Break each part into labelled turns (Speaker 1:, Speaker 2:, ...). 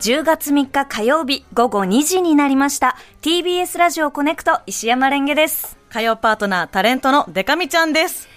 Speaker 1: 10月3日火曜日午後2時になりました。TBS ラジオコネクト石山レンゲです。
Speaker 2: 火曜パートナータレントのデカミちゃんです。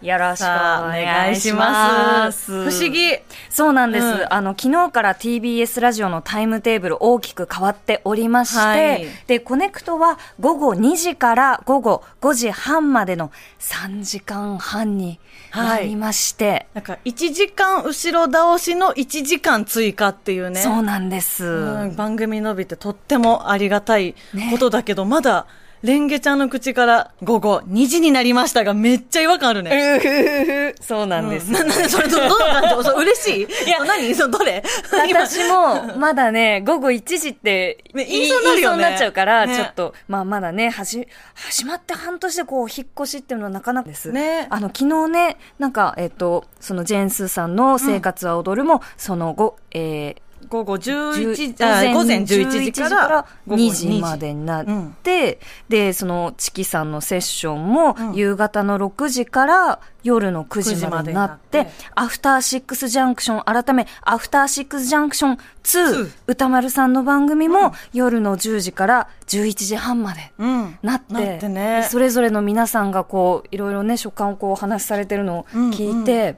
Speaker 1: よろしくお
Speaker 2: さあ
Speaker 1: 願いします。
Speaker 2: 不思。議。
Speaker 1: そうなんです。
Speaker 2: うん
Speaker 1: あの、昨日から TBS ラジオのタイムテーブル大きく変わっておりまして、
Speaker 2: はい
Speaker 1: で、コネクトは午後2時から午後5時半までの3時間半になりまして、
Speaker 2: なんか1時間後ろ倒しの1時間追加っていうね。
Speaker 1: そうなんです。
Speaker 2: うん番組伸びてとってもありがたいことだけど、まだ、レンゲちゃんの口から午後2時になりましたが、めっちゃ違和感あるね。
Speaker 1: そうな
Speaker 2: うんん
Speaker 1: です。
Speaker 2: な、な、それ、ど、どの感情そう嬉しいいや、何そう、どれ今
Speaker 1: 私も、まだね、午後1時って、
Speaker 2: ね言いそうにな
Speaker 1: 言
Speaker 2: るよね
Speaker 1: いそうになっちゃうから、
Speaker 2: ね
Speaker 1: ちょっと、まあまだね、はじ、始まって半年でこう、引っ越しっていうのはなかなかです。
Speaker 2: ね
Speaker 1: あの、昨日ね、なんか、えっ、と、そのジェーンスーさんの生活は踊るも、その後、えー
Speaker 2: 午後11時、あ
Speaker 1: 午
Speaker 2: 午前
Speaker 1: 前11
Speaker 2: 11
Speaker 1: 時
Speaker 2: 時
Speaker 1: か
Speaker 2: から
Speaker 1: ら
Speaker 2: 午後
Speaker 1: 2時までになって、で、そのチキさんのセッションも
Speaker 2: うん
Speaker 1: 夕方の6時から夜の9時までになって、
Speaker 2: 9時までになって
Speaker 1: アフターシックスジャンクション、改め、アフターシックスジャンクション2
Speaker 2: 2、
Speaker 1: 歌丸さんの番組も夜の10時から11時半まで。
Speaker 2: うん。
Speaker 1: なって
Speaker 2: なってね
Speaker 1: それぞれの皆さんがこういろいろね所感をこうお話しされてるのを聞いて、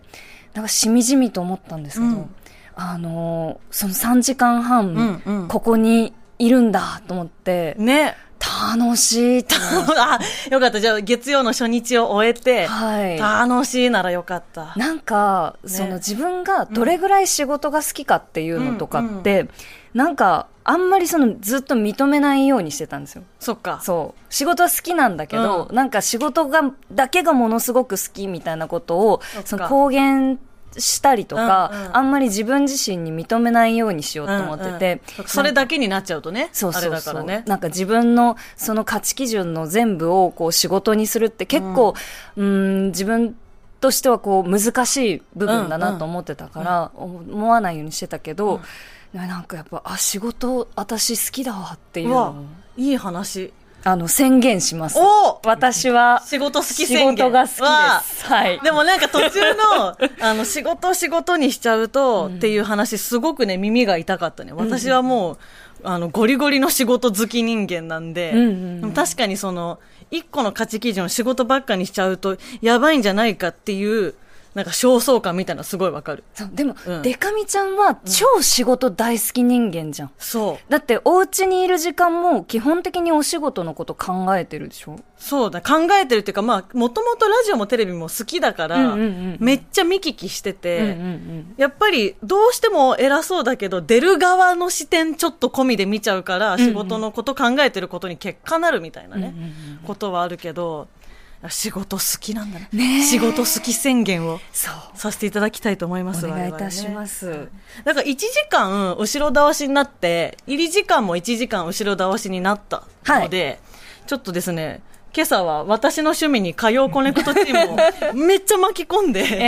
Speaker 1: なんかしみじみと思ったんですけど、
Speaker 2: うん
Speaker 1: あのーその3時間半、
Speaker 2: うんうん
Speaker 1: ここにいるんだと思って、
Speaker 2: ね。
Speaker 1: 楽しいと思っ
Speaker 2: あ、よかった。じゃあ、月曜の初日を終え
Speaker 1: て
Speaker 2: て、
Speaker 1: は
Speaker 2: 楽しいならよかった
Speaker 1: い。。なんか、
Speaker 2: ね
Speaker 1: その自分がどれぐらい仕事が好きかっていうのとかって、なんかあんまりそのずっと認めないようにしてたんですよ。
Speaker 2: そっか。
Speaker 1: そう仕事は好きなんだけど、なんか仕事がだけがものすごく好きみたいなことを
Speaker 2: そっか
Speaker 1: その公言したりとか、
Speaker 2: うんうん
Speaker 1: あんまり自分自身に認めないようにしようと思ってて、
Speaker 2: うんうんそれだけになっちゃうとね。
Speaker 1: そうそうそう
Speaker 2: あれだからね。
Speaker 1: なんか自分のその価値基準の全部をこう仕事にするって結構、うん、自分としてはこう難しい部分だなと思ってたから、思わないようにしてたけど、でもなんかやっぱあ仕事私好きだわっていう
Speaker 2: う
Speaker 1: の
Speaker 2: わ
Speaker 1: を、
Speaker 2: いい話。
Speaker 1: あの宣言します
Speaker 2: お
Speaker 1: 私は
Speaker 2: 仕事好き
Speaker 1: 仕
Speaker 2: 宣言。
Speaker 1: 事が好きで
Speaker 2: わ
Speaker 1: す。はい。
Speaker 2: でもなんか途中の、 あの、仕事を仕事にしちゃうと、っていう話、すごくね、耳が痛かったね。私はもう、あの、ゴリゴリの仕事好き人間なんで、
Speaker 1: うんうん
Speaker 2: でも確かにその、一個の価値基準を仕事ばっかにしちゃうと、やばいんじゃないかっていう、なんか焦燥感みたいなのすごいわかる。
Speaker 1: そうでも、
Speaker 2: うん
Speaker 1: デカミちゃんは超仕事大好き人間じゃん。
Speaker 2: そう。
Speaker 1: だって、お家にいる時間も基本的にお仕事のこと考えてるでしょ
Speaker 2: そうだ、考えてるっていうか、まあ、もともとラジオもテレビも好きだから、
Speaker 1: うんうんうん
Speaker 2: めっちゃ見聞きしてて、
Speaker 1: うんうんうん
Speaker 2: やっぱりどうしても偉そうだけど出る側の視点ちょっと込みで見ちゃうから仕事のこと考えてることに結果なるみたいなね、ことはあるけど仕事好きなんだね
Speaker 1: ねえ
Speaker 2: 仕事好き宣言を
Speaker 1: そう。
Speaker 2: させていただきたいと思います
Speaker 1: お願いいたしますす。
Speaker 2: だから1時間後ろ倒しになって入り時間も1時間後ろ倒しになったので、ちょっとですね今朝は私の趣味に火曜コネクトチーム をめっちゃ巻き込ん
Speaker 1: え
Speaker 2: で、
Speaker 1: え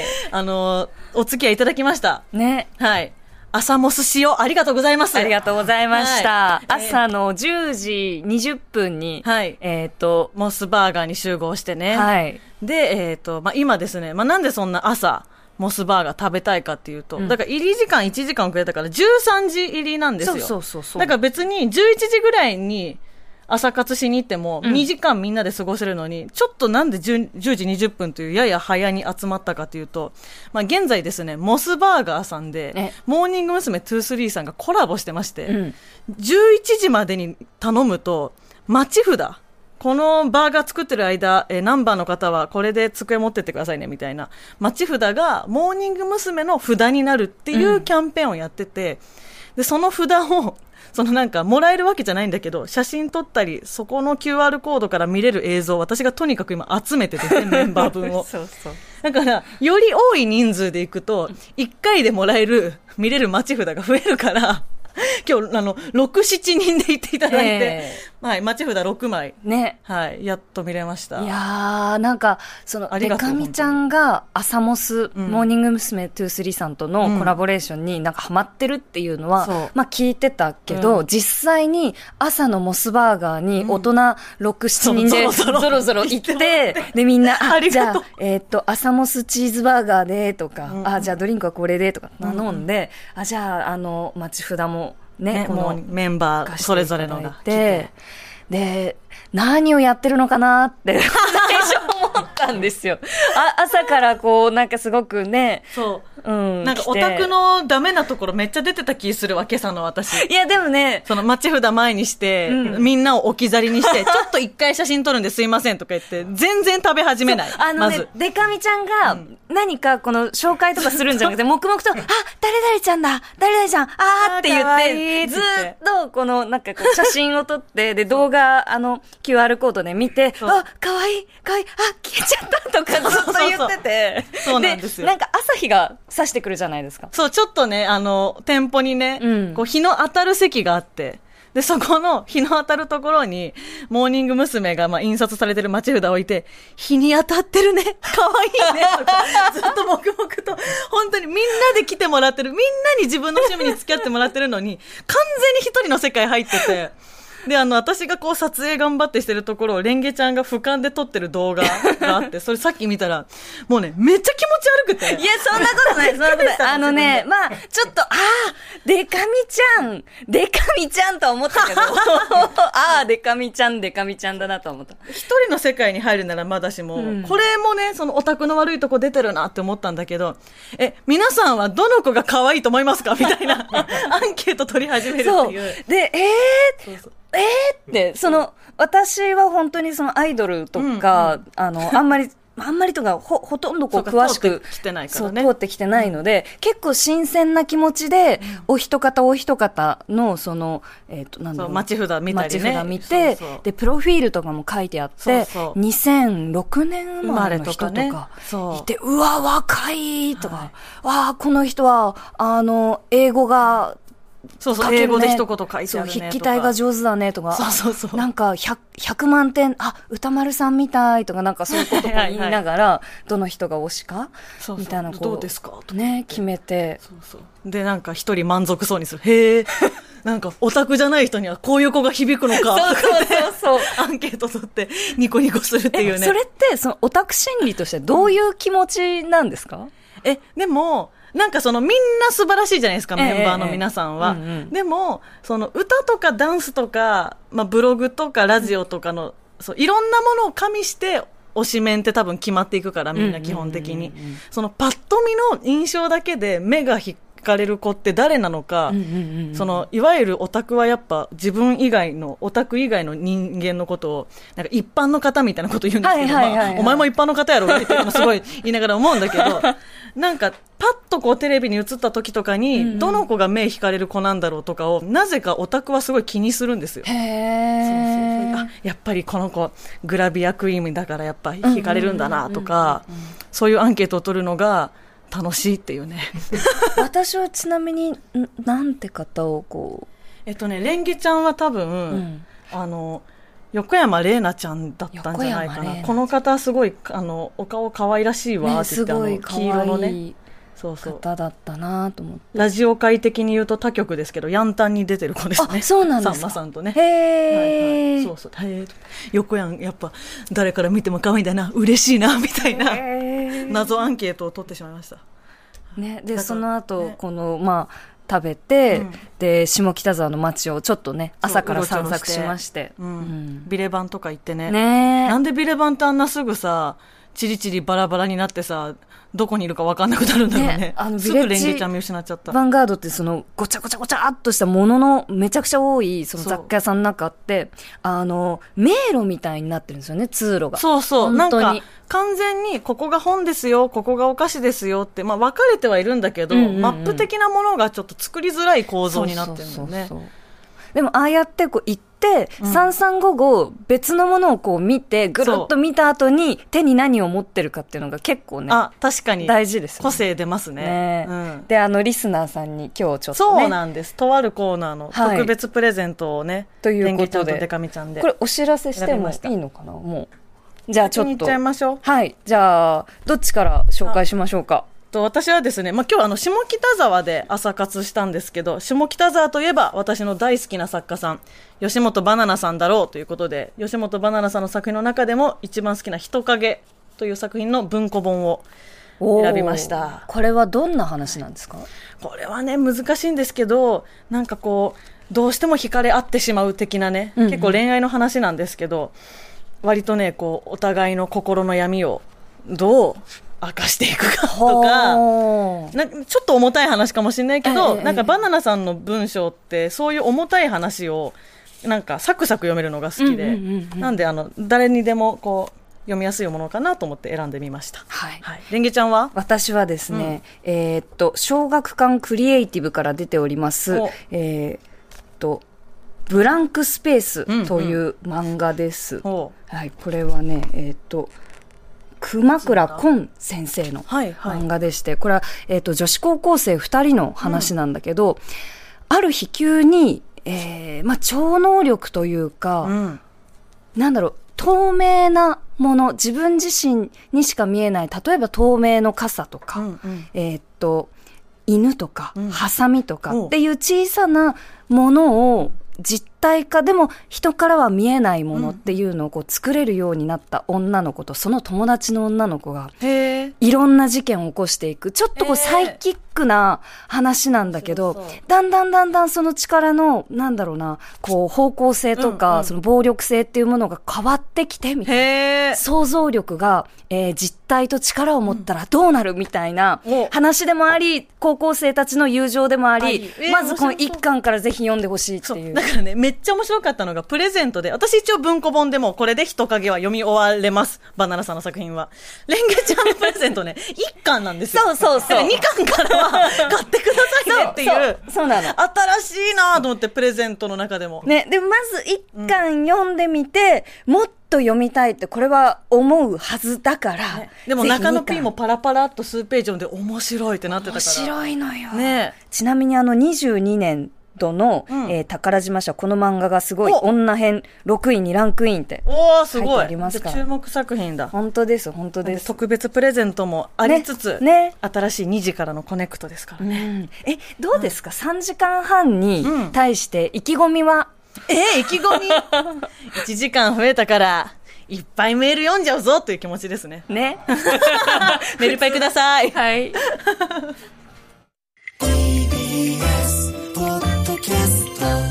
Speaker 1: え
Speaker 2: あの、お付き合いいただきました。
Speaker 1: え。ね。
Speaker 2: はい。朝モス塩、ありがとうございます。
Speaker 1: ありがとうございました。
Speaker 2: はいえー
Speaker 1: 朝の10時20分に、
Speaker 2: はい
Speaker 1: えっ、と、
Speaker 2: モスバーガーに集合してね。
Speaker 1: はい。
Speaker 2: で、えっ、と、まあ、今ですね、まあ、なんでそんな朝、モスバーガー食べたいかっていうと、
Speaker 1: うん
Speaker 2: だから入り時間1時間遅れたから13時入りなんです
Speaker 1: そ
Speaker 2: よ。
Speaker 1: うそうそうそう。
Speaker 2: だから別に11時ぐらいに朝活しに行っても
Speaker 1: うん
Speaker 2: 2時間みんなで過ごせるのに、ちょっとなんで 10, 10時20分というやや早に集まったかというと、まあ、現在ですね、モスバーガーさんで
Speaker 1: え、
Speaker 2: モーニング娘。23さんがコラボしてまして、
Speaker 1: うん
Speaker 2: 11時までに頼むと、待ち札。このバーガー作ってる間、えーナンバーの方はこれで机持ってってくださいね、みたいな。待ち札が、モーニング娘。の札になるっていうキャンペーンをやってて、で、その札を、 そのなんか、もらえるわけじゃないんだけど、写真撮ったり、そこの QR コードから見れる映像を私がとにかく今集めてて、全メンバー分 を。
Speaker 1: そうそう。
Speaker 2: だから、より多い人数で行くと、1回でもらえる、見れる待ち札が増えるから、 今日、あの、6、7人で行っていただいて、
Speaker 1: え
Speaker 2: はい、町札6枚、
Speaker 1: えね。
Speaker 2: はい、やっと見れました。
Speaker 1: いやー、なんか、その、
Speaker 2: あり
Speaker 1: デ
Speaker 2: がとう
Speaker 1: カミちゃんが、朝モス、
Speaker 2: ん
Speaker 1: モーニング娘。23さんと
Speaker 2: うん
Speaker 1: のコラボレーションになんかハマってるっていうのは、
Speaker 2: そう
Speaker 1: まあ聞いてたけど、実際に朝のモスバーガーに大人6、7人で、
Speaker 2: そ
Speaker 1: ぞ
Speaker 2: ろそろ
Speaker 1: ろぞろ行 って、で、みんな、
Speaker 2: あ
Speaker 1: あ、
Speaker 2: り
Speaker 1: じ
Speaker 2: が
Speaker 1: ゃ
Speaker 2: とう
Speaker 1: あ、えーっと、朝モスチーズバーガーで、とか、
Speaker 2: うん
Speaker 1: あ、じゃあドリンクはこれで、とか頼んで、あ、じゃあ、あの、町札もね、
Speaker 2: ね、
Speaker 1: この
Speaker 2: もうメンバー、それぞれのが
Speaker 1: 貸。していただいてで、何をやってるのかなって、最初思ったんですよ。あ朝からこう、なんかすごくね、
Speaker 2: そうう。
Speaker 1: ん。
Speaker 2: なんか
Speaker 1: 来
Speaker 2: オ
Speaker 1: て
Speaker 2: タク。のダメなところめっちゃ出てた気するわ、今 朝の私。
Speaker 1: いや、でもね、
Speaker 2: その町札前にして、
Speaker 1: うん
Speaker 2: みんなを置き去りにして、ちょっと一回写真撮るんですいませんとか言って、全然食べ 始めない。
Speaker 1: あの
Speaker 2: ま
Speaker 1: ね
Speaker 2: ず。、
Speaker 1: デカミちゃんが、何かこの紹介とかするんじゃなくて、 黙々と、あ、誰々ちゃんだ誰々ちゃんあーって言
Speaker 2: あー可愛い
Speaker 1: っ
Speaker 2: って
Speaker 1: て、ず
Speaker 2: 言って
Speaker 1: ーっとこの、なんかこう、写真を撮って、で、動画、あの、QR コードで見て、
Speaker 2: そう
Speaker 1: あ、可愛い可愛いあ、消えちゃったとかずっと言ってて。
Speaker 2: そうなんですよ
Speaker 1: なんか朝日が差してくるじゃないですか。
Speaker 2: そう、ちょっとね、あの、店舗にね、
Speaker 1: うん
Speaker 2: こう日の当たる席があって、で、そこの 日の当たるところに、モーニング娘。がまあ印刷されてる町札を置いて、日に当たってるね、 可愛いね、とか、 ずっと黙々と、本当にみんなで来てもらってる、みんなに自分の趣味に付き合ってもらってるのに、完全に一人の世界入ってて、で、あの、私がこう撮影頑張ってしてるところを、レンゲちゃんが俯瞰で撮ってる動画があって、それさっき見たら、もうね、めっちゃ気持ち悪く て。
Speaker 1: いや、そんなことない、そんなことない。あのね、まあ、ちょっと、あー、デカミちゃん、デカミちゃんとは思った けど、あー、デカミちゃん、デカミちゃんだなとは思った。
Speaker 2: 一人の世界に入るならまだしも、
Speaker 1: うん
Speaker 2: これもね、そのオタクの悪いとこ出てるなって思ったんだけど、え、皆さんはどの子が可愛いと思いますかみた いなアンケート取り始めるって
Speaker 1: そう。
Speaker 2: いう。
Speaker 1: で、えー、
Speaker 2: そうそう
Speaker 1: えーって、その、私は本当にそのアイドルとか、あの、あんまり、あんまりとか、ほ、ほとんどこう、
Speaker 2: そうか
Speaker 1: 詳し
Speaker 2: 通っ
Speaker 1: く
Speaker 2: てきてないか
Speaker 1: そ
Speaker 2: ら
Speaker 1: う、
Speaker 2: ね
Speaker 1: 通ってきてないので、結構新鮮な気持ちで、お一方お一方の、その、えっ、と、なんだろ
Speaker 2: そう
Speaker 1: う。
Speaker 2: 町札見たり
Speaker 1: 街
Speaker 2: ね。
Speaker 1: 札見て
Speaker 2: そうそう
Speaker 1: で、プロフィールとかも書いてあって、
Speaker 2: そうそう
Speaker 1: 2006年生まれの人とか
Speaker 2: 生まれとかねそう
Speaker 1: いて、うわ、若いとか、わあ、この人は、あの、英語が
Speaker 2: そうそう
Speaker 1: 書けるね、
Speaker 2: 英語で一言書いてあるねと
Speaker 1: そう
Speaker 2: か。
Speaker 1: 筆記体が上手だねとか、
Speaker 2: そうそうそう
Speaker 1: あなんか 100, 100万点、あ、歌丸さんみたいとか、なんかそういうことを言いながら、どの人が推しか
Speaker 2: そうそう
Speaker 1: みたいなこ
Speaker 2: どうですかと
Speaker 1: ね、決めて。
Speaker 2: そうそうで、なんか一人満足そうにする。へえ。なんかオタクじゃない人にはこういう子が響くの
Speaker 1: そ
Speaker 2: か
Speaker 1: う。そうそうそう。
Speaker 2: アンケート取ってニコニコするっていう
Speaker 1: え
Speaker 2: ね。
Speaker 1: それって、そのオタク心理としてどういう気持ちなんですか、
Speaker 2: え、でも、なんかそのみんな素晴らしいじゃないですか、
Speaker 1: ええ
Speaker 2: メンバーの皆さんは
Speaker 1: ええうんうん。
Speaker 2: でも、その歌とかダンスとか、まあブログとかラジオとかの、そう、いろんなものを加味して、推しメンって多分決まっていくから、みんな基本的に
Speaker 1: うんうんうんうん。
Speaker 2: そのパッと見の印象だけで目が引かれる子って誰なのか、そのいわゆるオタクはやっぱ自分以外のオタク以外の人間のことをなんか一般の方みたいなこと言うんですけど
Speaker 1: はいはいはいはい
Speaker 2: まあお前も一般の方やろっていうのすごい言いながら思うんだけどなんかパッとこうテレビに映った時とかに、どの子が目惹かれる子なんだろうとかをなぜかオタクはすごい気にするんですよ。
Speaker 1: へ
Speaker 2: そうそう
Speaker 1: え。
Speaker 2: あやっぱりこの子グラビアクイーンだからやっぱ惹かれるんだなとかそういうアンケートを取るのが楽しいっていうね。
Speaker 1: 私はちなみに、んなんて方をこ
Speaker 2: えっとね、レンゲちゃんは多分、
Speaker 1: ん
Speaker 2: あの、横山玲奈ちゃんだったんじゃないか
Speaker 1: 横山玲
Speaker 2: な。
Speaker 1: 奈、
Speaker 2: この方すごい、あの、お顔可愛らしいうわ
Speaker 1: ね、
Speaker 2: って言
Speaker 1: す
Speaker 2: って、
Speaker 1: ごい
Speaker 2: あ
Speaker 1: 可
Speaker 2: の、黄色の
Speaker 1: 愛
Speaker 2: ね。
Speaker 1: い
Speaker 2: そうそう。
Speaker 1: 方だったなと思って。
Speaker 2: ラジオ界的に言うと他局ですけど、ヤンタンに出てる子ですね。
Speaker 1: あそうなんですか
Speaker 2: さんまさんとね。は
Speaker 1: へ
Speaker 2: いは
Speaker 1: え。
Speaker 2: い、そうそう。へー横山、やっぱ、誰から見ても可愛いんだな、嬉しいな、みたいな、
Speaker 1: へー
Speaker 2: 謎アンケートを取ってしまいました。
Speaker 1: ね、
Speaker 2: だか
Speaker 1: で
Speaker 2: ら
Speaker 1: その後、
Speaker 2: ね
Speaker 1: このまあ食べて、
Speaker 2: うん
Speaker 1: で下北沢の街をちょっとね
Speaker 2: そう
Speaker 1: 朝から
Speaker 2: うろちょろ
Speaker 1: 散策しまして
Speaker 2: うん。
Speaker 1: うん
Speaker 2: ビレバンとか行ってね。
Speaker 1: ねえ
Speaker 2: なんでビレバンってあんなすぐさ、チリチリバラバラになってさ、どこにいるか分かんなくなるんだろうね。
Speaker 1: ねあの
Speaker 2: す
Speaker 1: ビレ
Speaker 2: ぐ
Speaker 1: ッジ
Speaker 2: レンゲちゃん見失っちゃった。
Speaker 1: ヴァンガードってそのごちゃごちゃごちゃっとしたもののめちゃくちゃ多いその
Speaker 2: そう
Speaker 1: 雑貨屋さんの中ってあの迷路みたいになってるんですよね通路が
Speaker 2: そうそう。なん
Speaker 1: 本当に
Speaker 2: か、完全に、ここが本ですよ、ここがお菓子ですよって、まあ分かれてはいるんだけど、
Speaker 1: うんうんうん
Speaker 2: マップ的なものがちょっと作りづらい構造になってる
Speaker 1: そ
Speaker 2: の
Speaker 1: うそう
Speaker 2: ね
Speaker 1: そ。うでもああやってこう行って、3355別のものをこう見て、ぐるっと見た後に手に何を持ってるかっていうのが結構ね、
Speaker 2: あ、確かに。
Speaker 1: 大事ですよ
Speaker 2: 個
Speaker 1: ね。
Speaker 2: 性出ます
Speaker 1: ね
Speaker 2: ね。うん
Speaker 1: で、あの、リスナーさんに今日ちょっと
Speaker 2: そう
Speaker 1: ね、
Speaker 2: なんです。とあるコーナーの
Speaker 1: はい
Speaker 2: 特別プレゼントをね、
Speaker 1: ということで
Speaker 2: 電撃ちゃんとデカミちゃんで。
Speaker 1: これお知らせして
Speaker 2: 選び
Speaker 1: も
Speaker 2: ました
Speaker 1: いいのかなもう。じゃあち
Speaker 2: 先
Speaker 1: ょ
Speaker 2: に
Speaker 1: っ
Speaker 2: 行
Speaker 1: と
Speaker 2: っちゃい。ましょう。
Speaker 1: はい。じゃあ、どっちから紹介しましょうか。
Speaker 2: と私はですね、まあ、今日あの下北沢で朝活したんですけど下北沢といえば私の大好きな作家さん吉本バナナさんだろうということで吉本バナナさんの作品の中でも一番好きな「人影」という作品の文庫本を
Speaker 1: おー
Speaker 2: 選びました
Speaker 1: これはどんな話なんですか
Speaker 2: これはね難しいんですけどなんかこうどうしても惹かれ合ってしまう的なね、
Speaker 1: うんうん
Speaker 2: 結構恋愛の話なんですけど割とねこうお互いの心の闇をどう明かしていくかとか。
Speaker 1: ほー
Speaker 2: なんかちょっと重たい話かもしれないけど、
Speaker 1: ええ
Speaker 2: なんかバナナさんの文章ってそういう重たい話をなんかサクサク読めるのが好きで、
Speaker 1: うんうんうんうん
Speaker 2: なんであの誰にでもこう読みやすいものかなと思って選んでみました。
Speaker 1: はい。
Speaker 2: はい、レンゲちゃんは
Speaker 1: 私はですね、えーっと、小学館クリエイティブから出ております
Speaker 2: お、
Speaker 1: えーっと、ブランクスペースという漫画です。
Speaker 2: おう
Speaker 1: はい、これはね、えーっと、熊倉昆先生の
Speaker 2: はいはい
Speaker 1: 漫画でして、これは、えーっと、女子高校生2人の話なんだけど、ある日急に、えーまあ、超能力というか、
Speaker 2: うん
Speaker 1: なんだろう、透明なもの、自分自身にしか見えない、例えば透明の傘と
Speaker 2: う
Speaker 1: か、
Speaker 2: んうん
Speaker 1: えーっと、犬とか
Speaker 2: うん、
Speaker 1: ハサミとか
Speaker 2: おう
Speaker 1: っていう小さなものを実体化、でも人からは見えないものっていうのをこう作れるようになった女の子と、その友達の女の子が、
Speaker 2: へえ
Speaker 1: いろんな事件を起こしていく、ちょっとこう
Speaker 2: えー
Speaker 1: サイキックな話なんだけど、
Speaker 2: そうそう
Speaker 1: だんだんだんだんその力の、なんだろうな、こう方向性とか、
Speaker 2: うんうん
Speaker 1: その暴力性っていうものが変わってきて、みたい
Speaker 2: へえ
Speaker 1: な。想像力が、えー実体と力を持ったらどうなるみたいな
Speaker 2: お
Speaker 1: 話でもあり、高校生たちの友情でもあ
Speaker 2: あ
Speaker 1: り
Speaker 2: り、えー
Speaker 1: まずこの
Speaker 2: 面白そう
Speaker 1: 一巻からぜひ読んでほしいって
Speaker 2: そ
Speaker 1: いうう。
Speaker 2: だからねめっちゃ面白かったのがプレゼントで私一応文庫本でもこれで人影は読み終われますバナナさんの作品はレンゲちゃんのプレゼントね一巻なんですよ
Speaker 1: そうそうそう
Speaker 2: だから二巻からは買ってくださいねっていう
Speaker 1: そうそうなの。
Speaker 2: 新しいなと思ってプレゼントの中でも、
Speaker 1: ね、で、まず一巻読んでみて、もっと読みたいって、これは思うはずだから。
Speaker 2: でも
Speaker 1: ぜひ
Speaker 2: 中野 P
Speaker 1: 二巻
Speaker 2: もパラパラっと数ページ読んで面白いってなってたから
Speaker 1: 面白いのよ。
Speaker 2: ねえ
Speaker 1: ちなみにあの22年度の、
Speaker 2: うん
Speaker 1: えー宝島社、この漫画がすごい
Speaker 2: お
Speaker 1: 女編6位にランクインって。
Speaker 2: おおすご
Speaker 1: 書い
Speaker 2: い
Speaker 1: てありますから
Speaker 2: じゃあ注目作品だ
Speaker 1: 本当です、本当です。
Speaker 2: 特別プレゼントもありつつ、
Speaker 1: ねね
Speaker 2: 新しい2時からのコネクトですからね
Speaker 1: うんえ、どうですか、?3 時間半に
Speaker 2: うん
Speaker 1: 対して意気込みは、
Speaker 2: えー、意気込 み ?1 時間増えたから、いっぱいメール読んじゃうぞという気持ちです ね。
Speaker 1: ね。
Speaker 2: メールいっぱいください。
Speaker 1: はい。
Speaker 3: TBS ポッドキャスト